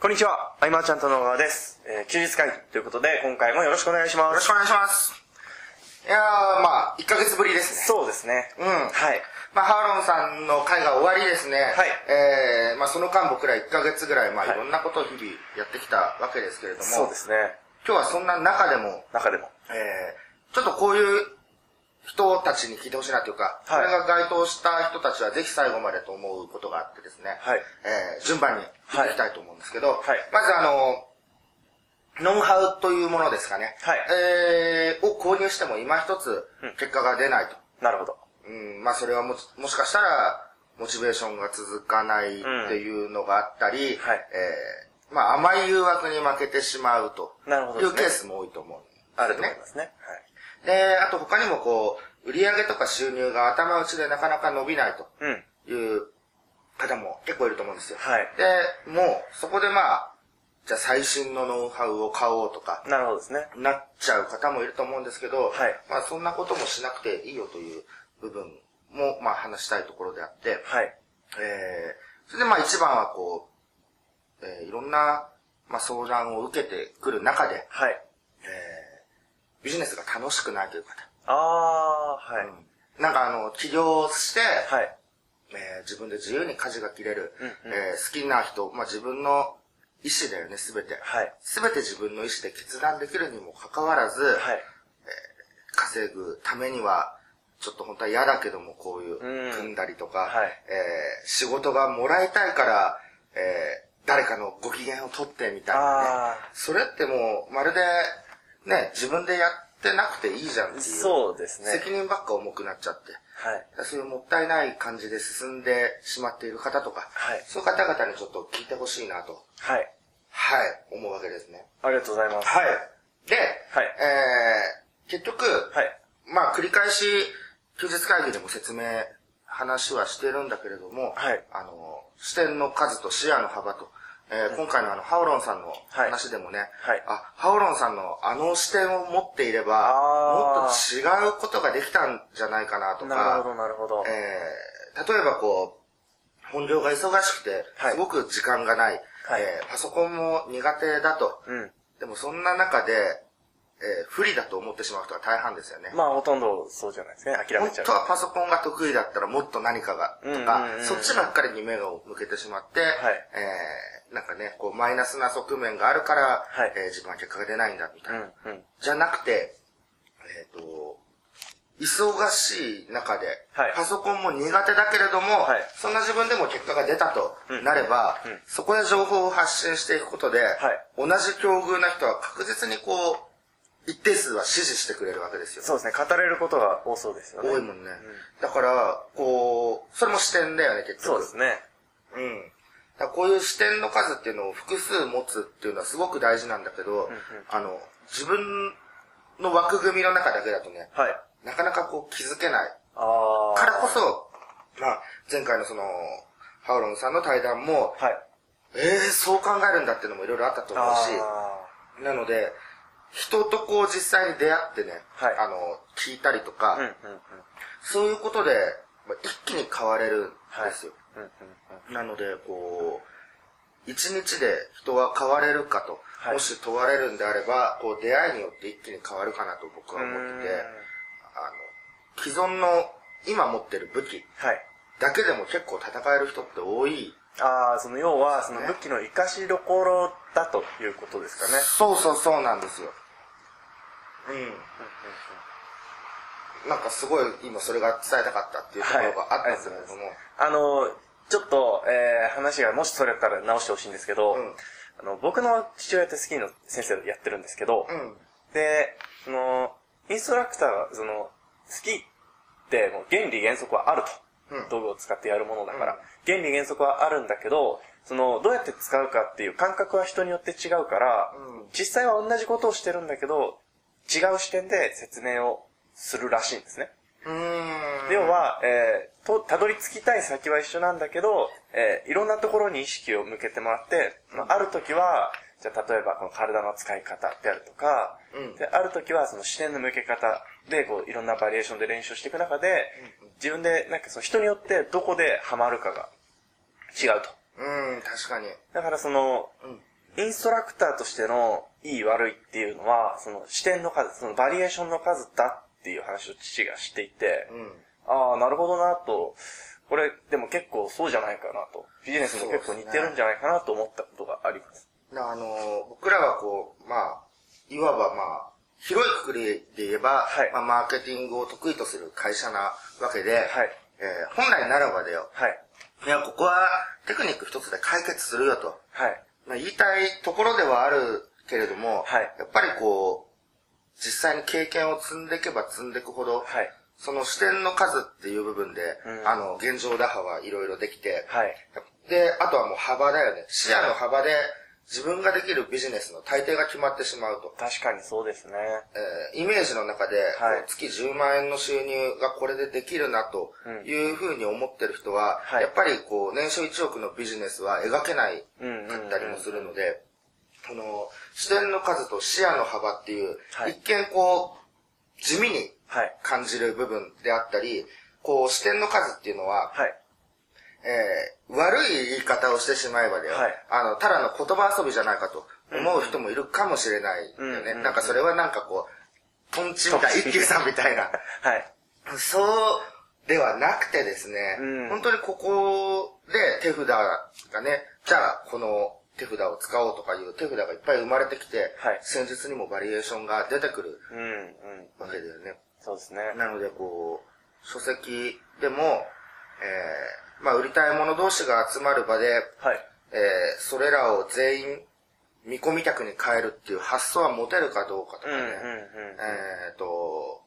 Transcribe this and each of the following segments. こんにちは、アイマーちゃんとの小川です。えー休日会ということで、今回もよろしくお願いしまよろしす。くお願いします。いやー、まあ、1ヶ月ぶりですね。そうですね。うんはい。まあ、ハーロンさんの会が終わりですね。はいえー、まあ、その間僕ら1ヶ月ぐらい、まあ、はいいろんなことを日々やってきたわけですけれども、そうですね。今日はそんな中でも、中でも。えー、ちょっとこういう人たちに聞いてほしいなというか、はいこれが該当した人たちはぜひ最後までと思うことがあってですね、はいえー順番に聞いていきたいと思うんですけど、はいまずあの、ノウハウというものですかね、はいえーを購入しても今一つ結果が出ないと。なるほど。うん、まあそれはもしもしかしたら、モチベーションが続かないっていうのがあったり、はいえーまあ甘い誘惑に負けてしまうとなるほどいでうすねケースも多いと思うんですよね。あると思いますね。で、あと他にもこう、売り上げとか収入が頭打ちでなかなか伸びないとはい。うん。いう方も結構いると思うんですよ。はいで、もう、そこでまあ、じゃあ最新のノウハウを買おうとか、なるほどですね。なっちゃう方もいると思うんですけど、はいまあそんなこともしなくていいよという部分も、まあ話したいところであって、はい。えー、それでまあ一番はこう、えーいろんな、まあ相談を受けてくる中で、はい。えービジネスが楽しくないという方、あー、はい。なんかあの、起業して、はい。えー自分で自由に舵が切れる、うんうんえー好きな人、まあ、自分の意思だよね、すべて。はい。すべて自分の意思で決断できるにもかかわらず、はい。稼ぐためには、ちょっと本当は嫌だけども、こういうう、ん組んだりとか、はいえー仕事がもらいたいから、えー誰かのご機嫌を取ってみたいなねあ。それってもう、まるで、ね、自分でやってなくていいじゃんっていう。そうですね。責任ばっか重くなっちゃって。はい。そういうもったいない感じで進んでしまっている方とか、はいそういう方々にちょっと聞いてほしいなと、はい。はい、思うわけですね。ありがとうございます。い。い。で、はいえー、結局、はい。まあ繰り返し、休日会議でも説明、話はしてるんだけれども、はいあの、視点の数と視野の幅と、えー今回のあの、ハオロンさんの話でもね、はいあ、ハオロンさんのあの視点を持っていれあーば、もっと違うことができたんじゃないかなとか、なるほど、なるほど。えー例えばこう、本業が忙しくてはい、すごく時間がない、はいえーパソコンも苦手だと、うん。でもそんな中で、えー不利だと思ってしまう人は大半ですよね。まあ、ほとんどそうじゃないですね。諦め本ちゃう当。はパソコンが得意だったらもっと何かが、とうんうんうんか、そっちばっかりに目を向けてしまって、えーなんかね、こうマイナスな側面があるから、はいえー自分は結果が出ないんだ、みたいな。うん、うん。じゃなくて、えっ、と、忙しい中で、はいパソコンも苦手だけれども、はいそんな自分でも結果が出たとなれば、うんうんそこで情報を発信していくことで、同じ境遇な人は確実にこう、一定数は支持してくれるわけですよ。そうですね。語れることが多そうですよね。多いもんね。だから、こう、それも視点だよね、結そう局。ですね。うん。だからこういう視点の数っていうのを複数持つっていうのはすごく大事なんだけど、あの、自分の枠組みの中だけだとね、はい。なかなかこう気づけないああ。からこそ、まあ、前回のその、ハウロンさんの対談も、はい。ええそう考えるんだっていうのもいろいろあったと思うあし、なので、人とこう実際に出会ってね、はいあの、聞いたりとか、あ。うん、うん、うん。そういうことで、まあ一気に変われるんですよ。うん、うん、なので、こう、一日で人は変われるかと、はいもし問われるんであれば、こう出会いによって一気に変わるかなと僕は思っててうーん、あの、既存の今持ってる武器はい。だけでも結構戦える人って多い。ああ、その要は、そのね武器の生かしどころだということですかね。そうそうそうなんですよ。うん。なんかすごい今それが伝えたかったっていうところがあったんですけれども、あの、ちょっと、えー、話がもしそれたら直してほしいんですけど、うんあの僕の父親ってスキーの先生やってるんですけど、うん。で、その、インストラクターが、その、スキーってもう原理原則はあると。うん道具を使ってやるものだから、うん原理原則はあるんだけど、その、どうやって使うかっていう感覚は人によって違うから、うん実際は同じことをしてるんだけど、違う視点で説明をするらしいんですね。うーん。要、は、えーと、たどり着きたい先は一緒なんだけど、えーいろんなところに意識を向けてもらって、まあ、ある時は、じゃあ例えばこの体の使い方であるとか、うんである時はその視点の向け方で、こう、いろんなバリエーションで練習していく中で、自分で、なんかその人によってどこでハマるかが違うと。うん、確かに。だからその、うんインストラクターとしてのいい悪いっていうのは、その視点の数、そのバリエーションの数だっていう話を父がしていて、うん。ああ、なるほどなと、これでも結構そうじゃないかなと、ビジネスも結構似てるんじゃないかなと思ったことがあります。なあのー僕らはこう、まあ、いわばまあ、広いくくりで言えば、はいまあ、マーケティングを得意とする会社なわけで、はいえー本来ならばだよ、はい。いや、ここはテクニック一つで解決するよと、はい。まあ、言いたいところではあるけれども、はいやっぱりこう、実際に経験を積んでいけば積んでいくほど、はい。その視点の数っていう部分で、うんあの、現状打破はいろいろできて、はい。で、あとはもう幅だよね。視野の幅で自分ができるビジネスの大抵が決まってしまうと。確かにそうですね。えーイメージの中で、はいこう月10万円の収入がこれでできるなというふうに思ってる人は、はいやっぱりこう、年商1億のビジネスは描けないうんうんかったりもするので、あの、視点の数と視野の幅っていう、はい一見こう、地味にはい。感じる部分であったり、こう、視点の数っていうのは、はい。 えー悪い言い方をしてしまえばだよ、はいあの、ただの言葉遊びじゃないかと思う人もいるかもしれないよね。うんなんかそれはなんかこう、トンチみたい、一休さんみたいな。はい。そうではなくてですね、うん本当にここで手札がね、じゃあこの手札を使おうとかいう手札がいっぱい生まれてきて、はい戦術にもバリエーションが出てくるうん、うん。わけだよね。そうですね。なので、こう、書籍でも、えーまあ、売りたい者同士が集まる場で、はい。えーそれらを全員、見込み客に変えるっていう発想は持てるかどうかとかうん、ね、うん、うん。えっ、と、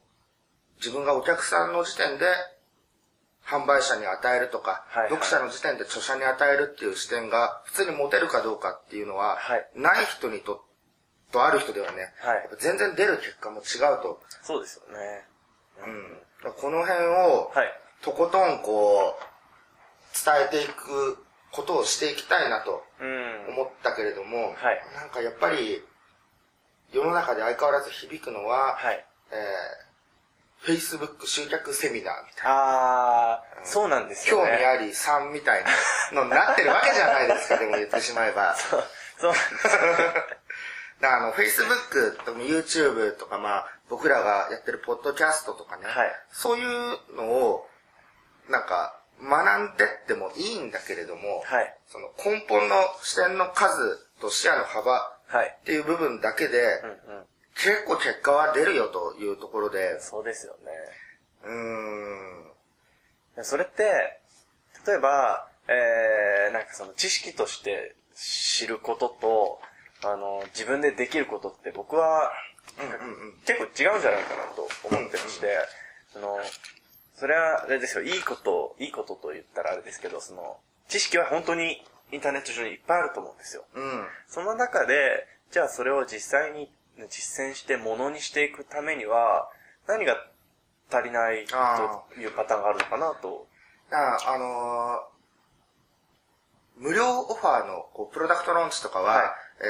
自分がお客さんの時点で、販売者に与えるとか、はいはい読者の時点で著者に与えるっていう視点が普通に持てるかどうかっていうのは、はいない人にとっとある人ではね、はいやっぱ全然出る結果も違うとそうですよね。うん、この辺をはい。とことんこう伝えていくことをしていきたいなとうん。思ったけれども、はいなんかやっぱり世の中で相変わらず響くのは、はい。えー、Facebook 集客セミナーみたいなあー、そうなんですよ興ね。味あり3みたいなのになってるわけじゃないです かでも言ってしまえ ば。そう。だからあの、Facebook とか YouTube とか、まあ、僕らがやってるポッドキャストとかね、はいそういうのを、なんか、学んでってもいいんだけれども、はい。その根本の視点の数と視野の幅はい。っていう部分だけで、うん、うん。結構結果は出るよというところで、そうですよね。うーん、それって、例えば、えー、なんかその知識として知ることと、あの、自分でできることって僕は、うんうんうん、結構違うんじゃないかなと思ってまして、その、それは、あれですよ、いいこと、いいことと言ったらあれですけど、その、知識は本当にインターネット上にいっぱいあると思うんですよ。うん、その中で、じゃあそれを実際に実践してものにしていくためには、何が足りないあというパターンがあるのかなと。だから、あのー無料オファーのこうプロダクトローンチとかは、はいえ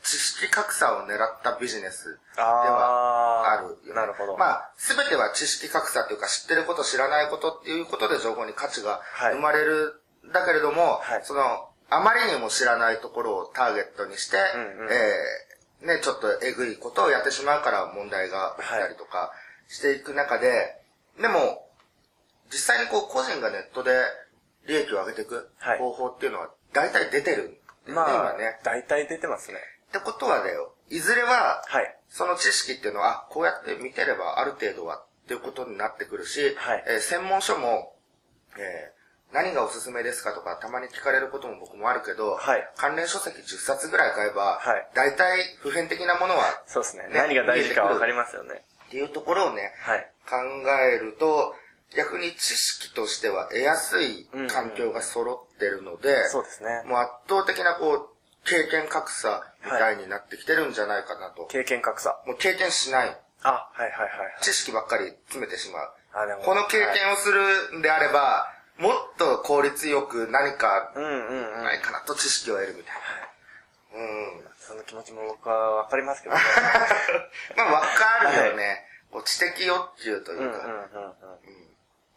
ー知識格差を狙ったビジネスあではあるよね、なるほど。まあ、すべては知識格差というか、知ってること、知らないことっていうことで情報に価値がはい生まれる、だけれども、はいその、あまりにも知らないところをターゲットにして、うんうんえーね、ちょっとえぐいことをやってしまうから問題が起きたりとかしていく中で、でも、実際にこう、個人がネットで利益を上げていくはい方法っていうのは、大体出てるんだよね、まあ今ね。大体出てますね。ってことはだよ、いずれは、はい。その知識っていうのは、あこうやって見てればある程度はっていうことになってくるし、はいえー専門書も、えー何がおすすめですかとかたまに聞かれることも僕もあるけど、はい関連書籍10冊ぐらい買えはば、い大体普遍的なものはそうですね。ね何が大事かわかりますよね。っていうところをね、はい。考えると、逆に知識としては得やすい環境が揃ってるので、そうですね。もう圧倒的なこう、経験格差みたいになってきてるんじゃないかなと。経験格差。もう経験しない。あ、はいはいはい知識ばっかり詰めてしまう。はい。あ、でも。この経はい験をするんであれば、もっと効率よく何かうんうんうん。ないかなと知識を得るみたいな。うん。その気持ちも僕はわかりますけどね。 まあ、わかるよね。こう知的欲求といううんうんうんか。うん。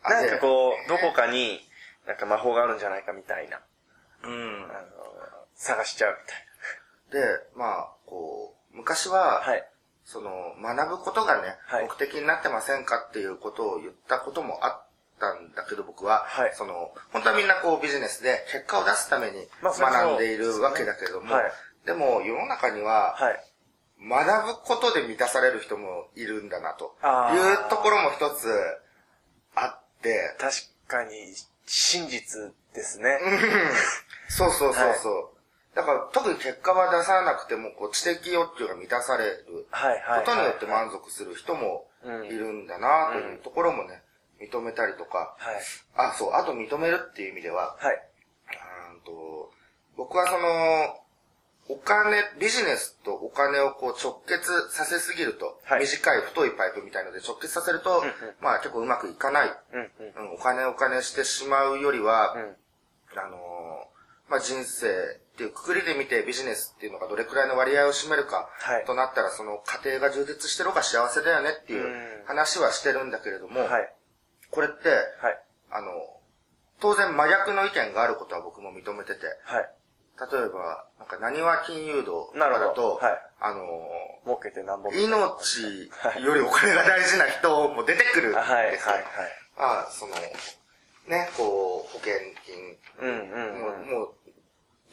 あなんかこう、どでこかに、なんか魔法があるんじゃないかみたいな。うんあの、探しちゃうみたいで、まあ、こう、昔は、はい。その、学ぶことがね、はい目的になってませんかっていうことを言ったこともあったんだけど、僕は、はいその、本当はみんなこうビジネスで結果を出すためにまあそれはそう学んでいるわけだけども、はいでも世の中には、はい。学ぶことで満たされる人もいるんだなとあーいうところも一つあって、確かに、真実ですね。そうそうそうそう。だから特に結果は出さなくても、こう知的欲求が満たされるはいはい。ことによって満足する人もいるんだなというところもね、認めたりとか、はい。あ、そう、あと認めるっていう意味では、はい。うーんと僕はその、お金、ビジネスとお金をこう直結させすぎると、はい短い太いパイプみたいので直結させると、まあ結構うまくいかない。うんうん。うんお金お金してしまうよりは、うん。あのーまあ、人生っていうくくりで見てビジネスっていうのがどれくらいの割合を占めるかはいとなったら、その家庭が充実してる方が幸せだよねっていううん話はしてるんだけれども、はい。はい。これって、あの、当然真逆の意見があることは僕も認めてて、はい。例えば、なんか何は金融道とかなるだほどと、はいあのー儲けてなんぼ。命よりお金が大事な人も出てくるんですよ。はい。はい。はい。まあ、その、ね、こう、保険金うんうんう。もうんもう、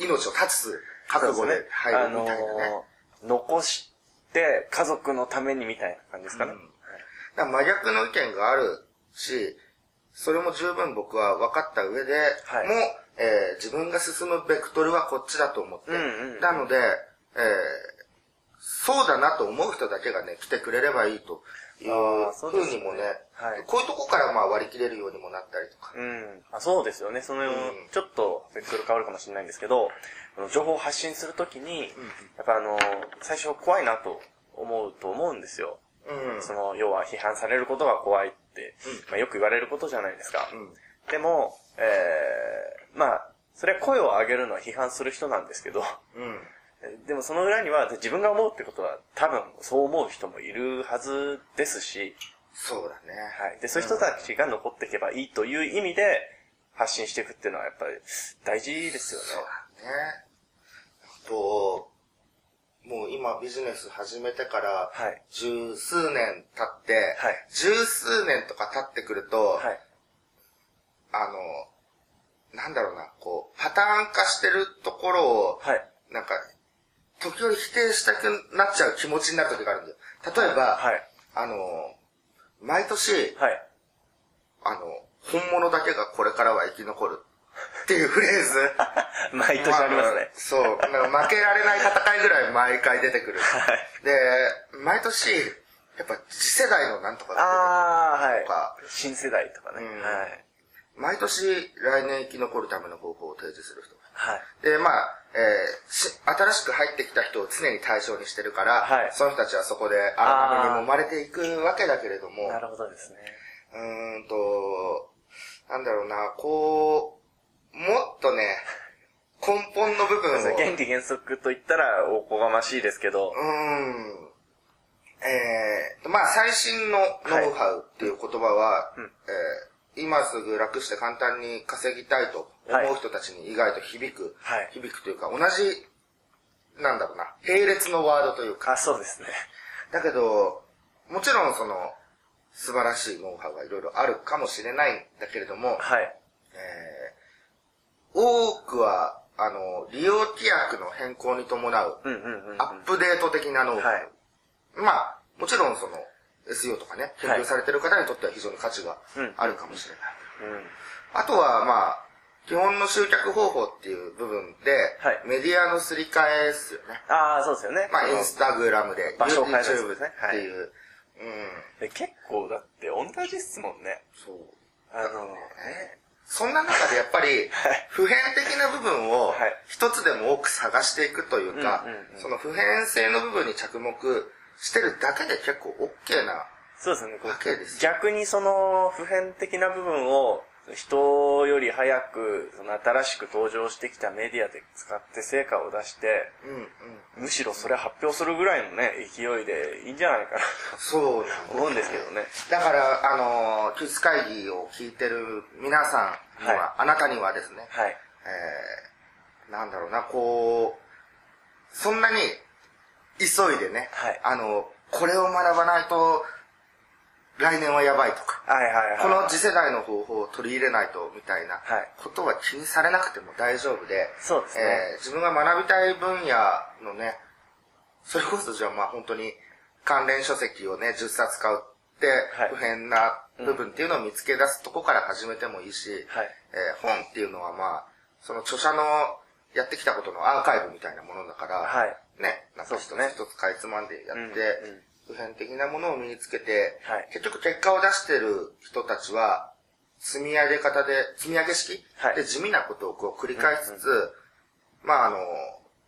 命を絶つ覚悟で入るみたいなね。あのー残して家族のためにみたいな感じですかね。うんだから真逆の意見があるし、それも十分僕は分かった上で、はいもう、えー自分が進むベクトルはこっちだと思って、うんうんうんなので、えーそうだなと思う人だけがね、来てくれればいいというあーそうふでうすねにもね、はいこういうとこからまあ割り切れるようにもなったりとか。うん。あそうですよね。その、んちょっと、ベクトル変わるかもしれないんですけど、あの情報を発信するときに、やっぱあの、最初怖いなと思うと思うんですよ。うん。その、要は批判されることが怖いって、まあ、よく言われることじゃないですか。うんでも、えー、まあ、それは声を上げるのは批判する人なんですけど、うん。でもその裏には自分が思うってことは多分そう思う人もいるはずですし、そうだね。はい。で、そういう人たちが残っていけばいいという意味で発信していくっていうのはやっぱり大事ですよね。そうだね。あと、もう今ビジネス始めてからはい、十数年経って、はい十数年とか経ってくると、はい。あの、なんだろうな、こう、パターン化してるところを、はい。なんか、時折否定したくなっちゃう気持ちになる時があるんだよ。例えば、はい。あの、毎年、はい。あの、本物だけがこれからは生き残るっていうフレーズ。毎年ありますね。そう。なんか負けられない戦いぐらい毎回出てくる。で、毎年、やっぱ次世代のなんとかがあー、はいとか。新世代とかね。うはい。ん出てくる毎年来年生き残るための方法を提示する人。はい。で、まあ、えーし新しく入ってきた人を常に対象にしてるから、はいその人たちはそこであーあのにも生まれていくわけだけれども、なるほどですね。うーんと、なんだろうな、こう、もっとね、根本の部分を、原理原則と言ったらおこがましいですけど、うーん。えーと、まあ、最新のノウハウっていう言葉は、うんえー今すぐ楽して簡単に稼ぎたいと思う人たちに意外と響く、はい響くというか、同じ、なんだろうな、並列のワードというか、あ、そうですね。だけど、もちろんその、素晴らしいノウハウがいろいろあるかもしれないんだけれども、はい。えー多くは、あの、利用規約の変更に伴う、うんうんうんうん。アップデート的なノウハウ。はいまあ、もちろんその、SEO とかね、研究されてる方にとっては非常に価値がうんあるかもしれない。うん。あとは、まあ、基本の集客方法っていう部分で、はいメディアのすり替えですよね。ああ、そうですよね。まあ、そのインスタグラムで、場所を YouTube 変えるってやつですねはいいう、うん、で結構だって同じっすもんね。そう。あの、ね。そんな中でやっぱ り、普遍的な部分をはい一つでも多く探していくというかうんうんう、んその普遍性の部分に着目してるだけで結構 OK なそうですね。こうわけですよ逆にその普遍的な部分を人より早くその新しく登場してきたメディアで使って成果を出して、うんうん。むしろそれ発表するぐらいのね、勢いでいいんじゃないかなそうなんと思うんですけどね。だから、あのー、キッズ会議を聞いてる皆さんには、はあなたにはですね、はい。えー、なんだろうな、こう、そんなに急いでね、はいあの、これを学ばないと、来年はやばいとか、はいはいはい。この次世代の方法を取り入れないと、みたいなはいことは気にされなくても大丈夫で、そうですねえー自分が学びたい分野のね、それこそじゃあまあ本当に関連書籍をね、10冊買うってはい、不変な部分っていうのを見つけ出すとこから始めてもいいし、はいえー本っていうのはまあ、その著者のやってきたことのアーカイブみたいなものだから、はいね、なんか一つそうです一つかいつまんでやって、うんうん普遍的なものを身につけて、はい結局結果を出してる人たちは、積み上げ方で、積み上げ式、はいで地味なことをこう繰り返しつつ、まああの、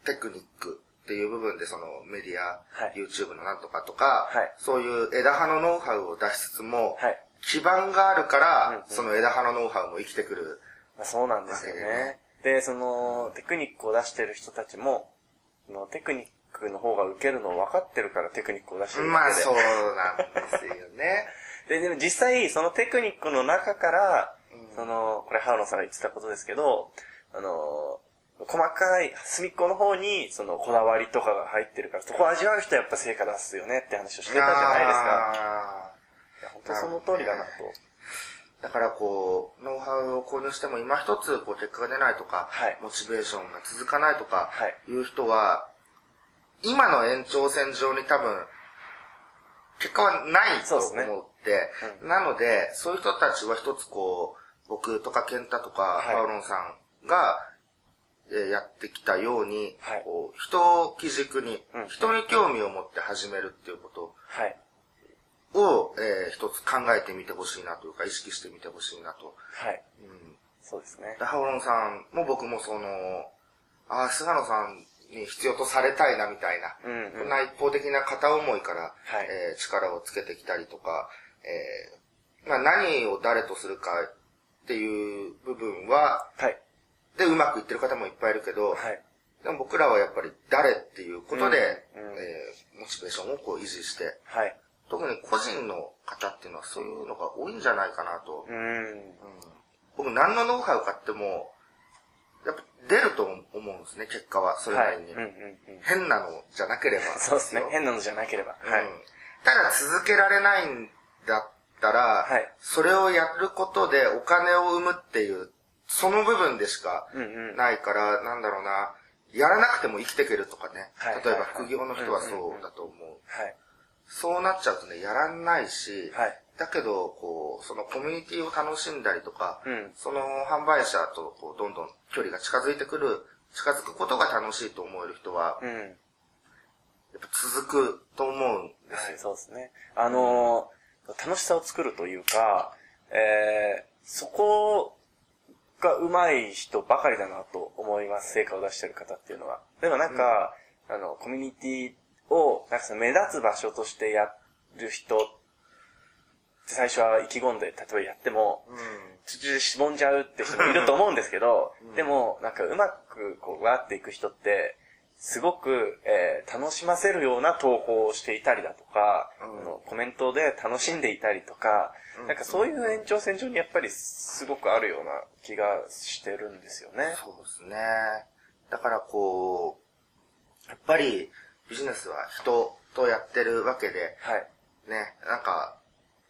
テクニックっていう部分でそのメディア、はい YouTube のなんとかとか、はいそういう枝葉のノウハウを出しつつも、はい基盤があるから、うんうんその枝葉のノウハウも生きてくる。まあ、そうなんですよね。で、その、テクニックを出してる人たちも、そのテクニックの方が受けるのを分かってるからテクニックを出してるまあけで。そうなんですよ ね。で、でも実際、そのテクニックの中から、その、これ、ハウノさんが言ってたことですけど、あの、細かい隅っこの方に、その、こだわりとかが入ってるから、そこを味わう人はやっぱ成果出すよねって話をしてたじゃないですか。か。いや、本当その通りだなと。だからこう、ノウハウを購入しても今一つこう結果が出ないとか、はいモチベーションが続かないとかは、いう人は、今の延長線上に多分、結果はないとそう思でっすねて、なので、そういう人たちは一つこう、僕とか健太とか、はいパウロンさんが、えーやってきたように、はいこう人を基軸に、うん人に興味を持って始めるっていうことはい。を、えー一つ考えてみてほしいなというか、意識してみてほしいなと。はい。うん。そうですね。でハオロンさんも僕もその、ああ、菅野さんに必要とされたいなみたいな、うんうんこんな一方的な片思いから、はいえー力をつけてきたりとか、えーまあ、何を誰とするかっていう部分は、はい。で、うまくいってる方もいっぱいいるけど、はい。でも僕らはやっぱり誰っていうことで、うんうんえーモチベーションをこう維持して、はい。特に個人の方っていうのはそういうのが多いんじゃないかなと。うん。僕何のノウハウ買っても、やっぱ出ると思うんですね、結果は。それなりに。うんうんうん。変なのじゃなければ。そうですね。よ変なのじゃなければ。うんはい。ただ続けられないんだったら、はいそれをやることでお金を生むっていう、その部分でしかうんうん。ないから、なんだろうな、やらなくても生きていけるとかね。はい例えばはいはい副業の人はそうだと思う。はい。そうなっちゃうとね、やらないし、はいだけど、こう、そのコミュニティを楽しんだりとか、うんその販売者とこうどんどん距離が近づいてくる、近づくことが楽しいと思える人は、うん。やっぱ続くと思うんですはいよ。そうですね。あのー、楽しさを作るというか、えー、そこが上手い人ばかりだなと思います。成果を出してる方っていうのは。例えばなんか、あの、コミュニティを、なんかその目立つ場所としてやる人って最初は意気込んで、例えばやっても、途中でしぼんじゃうって人もいると思うんですけど、でも、なんかうまくこう、わーっていく人って、すごく、えー楽しませるような投稿をしていたりだとか、うんあのコメントで楽しんでいたりとか、うんなんかそういう延長線上にやっぱりすごくあるような気がしてるんですよね。そうですね。だからこう、やっぱりビジネスは人とやってるわけで、はい。ね、なんか、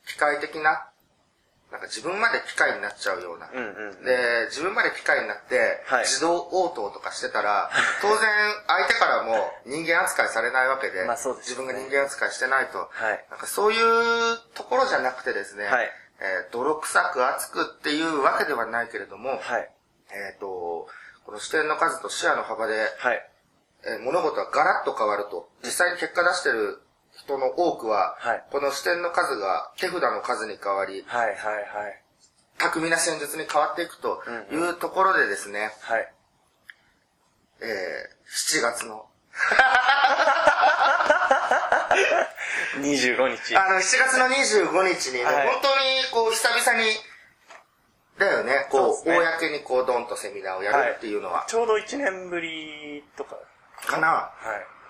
機械的な、なんか自分まで機械になっちゃうような、うんうん。で、自分まで機械になってはい、自動応答とかして たら、当然相手からも人間扱いされないわけで、まあそうです自ね分が人間扱いしてないと、はい。なんかそういうところじゃなくてですね、はいえー泥臭く熱くっていうわけではないけれども、はい。えっ、と、この視点の数と視野の幅で、はい。えー物事はガラッと変わると、実際に結果出してる人の多くは、はいこの視点の数が手札の数に変わり、はい。はい。はい。巧みな戦術に変わっていくとうんいうところでですね、はい。えー、7月の。 25日。あの、7月の25日にね、はい本当にこう、久々に、だよね、こそうう、ですね公にこう、ドンとセミナーをやるっていうのは、ちょうど1年ぶりとか。かな。は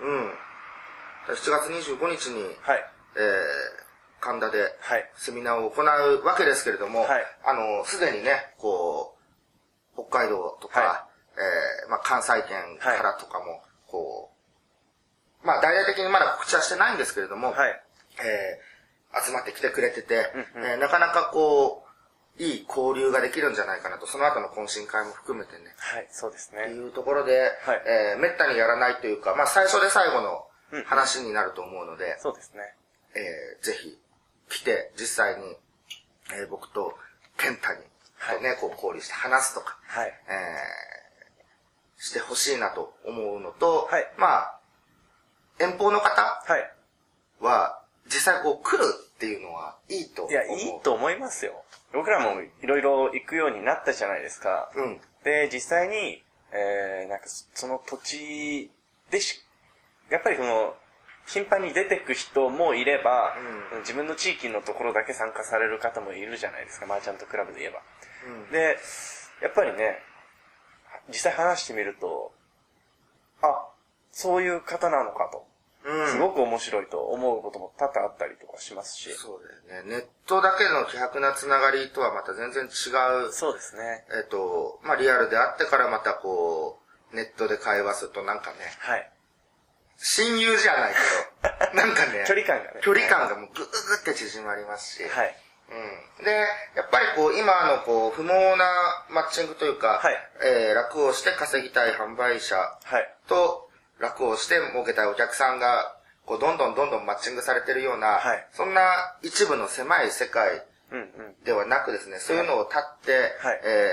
い。うん。7月25日に、はい。えー、神田で、はい。セミナーを行うわけですけれども、はいあの、すでにね、こう、北海道とか、はえーまあ、関西圏からとかも、こう、まあ、大々的にまだ告知はしてないんですけれども、はい。えー集まってきてくれてて、うんうんえーなかなかこう、いい交流ができるんじゃないかなと、その後の懇親会も含めてね、はい、そうですってね。いうところで、はいえーめったにやらないというか、まあ最初で最後のうんうん話になると思うので、そうですね。えーぜひ来て、実際に、えー僕と健太に、はいとね、こう交流して話すとか、はい。えーしてほしいなと思うのと、はいまあ、遠方の方はい。は、実際こう来るっていうのはいいと思う。いや、いいと思いますよ。僕らもいろいろ行くようになったじゃないですか。うん。で、実際に、えー、なんかそその土地でし、やっぱりその、頻繁に出てく人もいれば、うん自分の地域のところだけ参加される方もいるじゃないですか、マーチャントクラブで言えば。うんで、やっぱりね、実際話してみると、あ、そういう方なのかと、うんすごく面白いと思うことも多々あったりとかしますし。そうだよね。ネットだけの希薄なつながりとはまた全然違う、そうですね。えっ、と、まあリアルであってからまたこう、ネットで会話するとなんかね、はい。親友じゃないけ ど、なんかね、距離感がね。距離感がもうぐーぐーって縮まりますし、はい。うん。で、やっぱりこう、今のこう、不毛なマッチングというか、はいえー楽をして稼ぎたい販売者はい。と、楽をして儲けたいお客さんが、こう、どんどんどんどんマッチングされてるような、はいそんな一部の狭い世界うんうん。ではなくですね、そういうのを立って、はいえ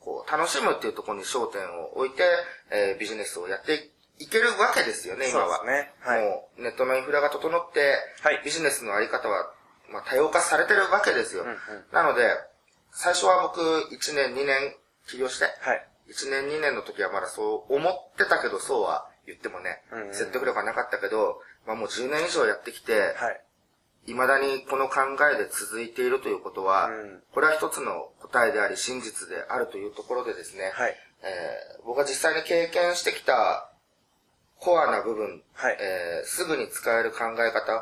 ーこう、楽しむっていうところに焦点を置いて、えービジネスをやっていけるわけですよね、今は。そうですねはいもう、ネットのインフラが整って、はいビジネスのあり方は、まあ、多様化されてるわけですよ。んうんなので、最初は僕、1年、2年、起業して、はい。 1年2年の時はまだそう思ってたけど、そうは言ってもね、うんうん説得力はなかったけど、まあもう10年以上やってきて、はい。未だにこの考えで続いているということは、うんこれは一つの答えであり、真実であるというところでですね、はい。えー僕が実際に経験してきたコアな部分、はいえーすぐに使える考え方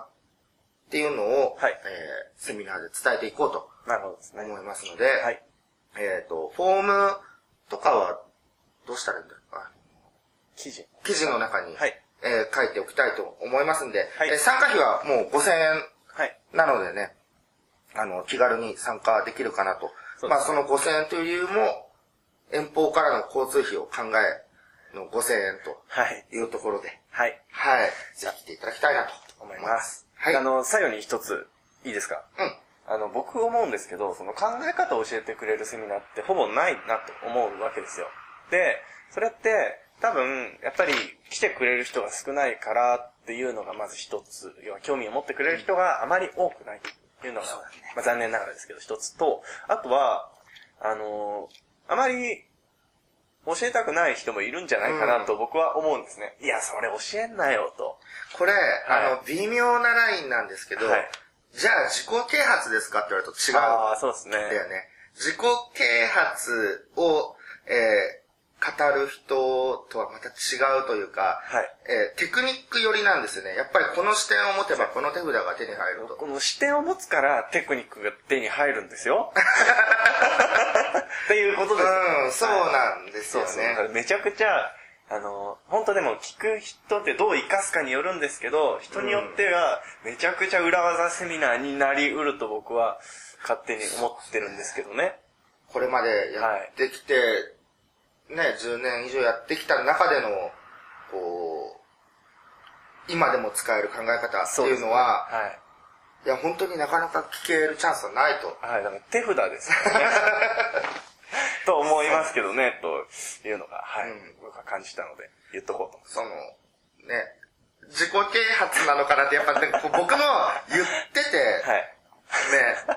っていうのを、はいえーセミナーで伝えていこうとなるほどですね。思いますので、はい。えっ、と、フォームとかはどうしたらいいんだろうか。記事。記事の中に、はいえー書いておきたいと思いますんで、はいえー参加費はもう5000円はい。なのでね、あの、気軽に参加できるかなと。そうですねまあ、その5000円という理由も、遠方からの交通費を考えの5000円はい。というところで、はい。はい。ぜひ来ていただきたいなと思思いいまますす。。はい。あうん。の、最後に一つ、いいですかあの、僕思うんですけど、その考え方を教えてくれるセミナーってほぼないなと思うわけですよ。で、それって、多分、やっぱり来てくれる人が少ないからっていうのがまず一つ、要は興味を持ってくれる人があまり多くないというのが、そうだねまあ残念ながらですけど一つと、あとは、あのあまり教えたくない人もいるんじゃないかなと僕は思うんですね。いや、それ教えんなよと。これ、いあの、微妙なラインなんですけど、はいじゃあ自己啓発ですかって言われると違うんああ、そうですね。だよね。自己啓発を、えー語る人とはまた違うというか、はいえーテクニック寄りなんですよね。やっぱりこの視点を持てばこの手札が手に入ると。この視点を持つからテクニックが手に入るんです よ。っていうことですよ。うん、そうなんですそうよですね。だかね。らめちゃくちゃ、あの、本当でも聞く人ってどう活かすかによるんですけど、人によってはめちゃくちゃ裏技セミナーになりうると僕は勝手に思ってるんですけどね。これまでやってきて、ね、10年以上やってきた中での、こう、今でも使える考え方ってそいでうすねのは、はい。いや、本当になかなか聞けるチャンスはないと。はい、だから手札ですよ ね。と思いますけどね、というのが、はい、うん僕は感じたので、言っとこうと思その、ね、自己啓発なのかなって、やっぱ、ね、こう僕も言ってて、って。はい。ね、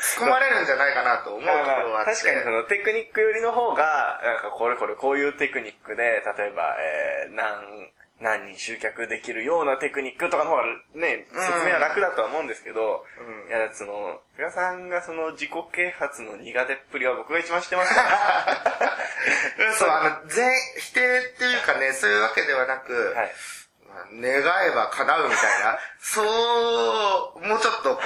突っ込まれるんじゃないかなと思うとこまあまあろはあって。確かにそのテクニックよりの方が、なんかこれこれこういうテクニックで、例えば、えー、何、何人集客できるようなテクニックとかの方がね、説明は楽だとは思うんですけど、いうんや、その、菅さんがその自己啓発の苦手っぷりは僕が一番してましたから。 そう、あの、全、否定っていうかね、そういうわけではなく、はい。まあ願えば叶うみたいな、そう、もうちょっとこ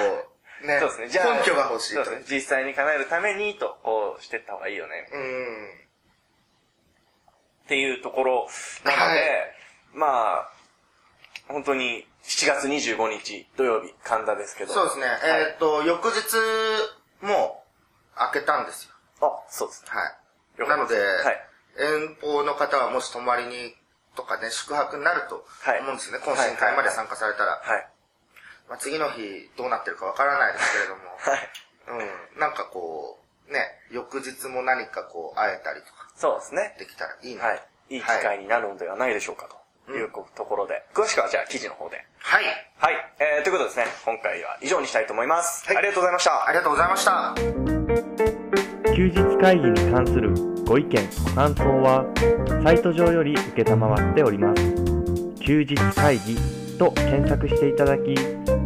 う、ね、そうですね。じゃあ、根拠が欲しいそうと。ですね。実際に叶えるために、と、こうしてった方がいいよね。うん。っていうところなので、はいまあ、本当に7月25日土曜日、神田ですけど。そうですね。はいえーっと、翌日も開けたんですよ。あ、そうですね。はい。よなかっのたで、ですはい遠方の方はもし泊まりにとかね、宿泊になるとはい思うんですよね。懇親会まで参加されたら。はい。まあ、次の日どうなってるかわからないですけれども。はい。うん、なんかこう、ね、翌日も何かこう、会えたりとかそうですね。できたらいいな。はい。いい機会になるのではないでしょうか、ということころで。詳しくはじゃあ記事の方で。はい。はい。えー、ということですね。今回は以上にしたいと思います。はいありがとうございました。ありがとうございました。休日会議に関するご意見ご感想はサイト上より承っております休日会議と検索していただき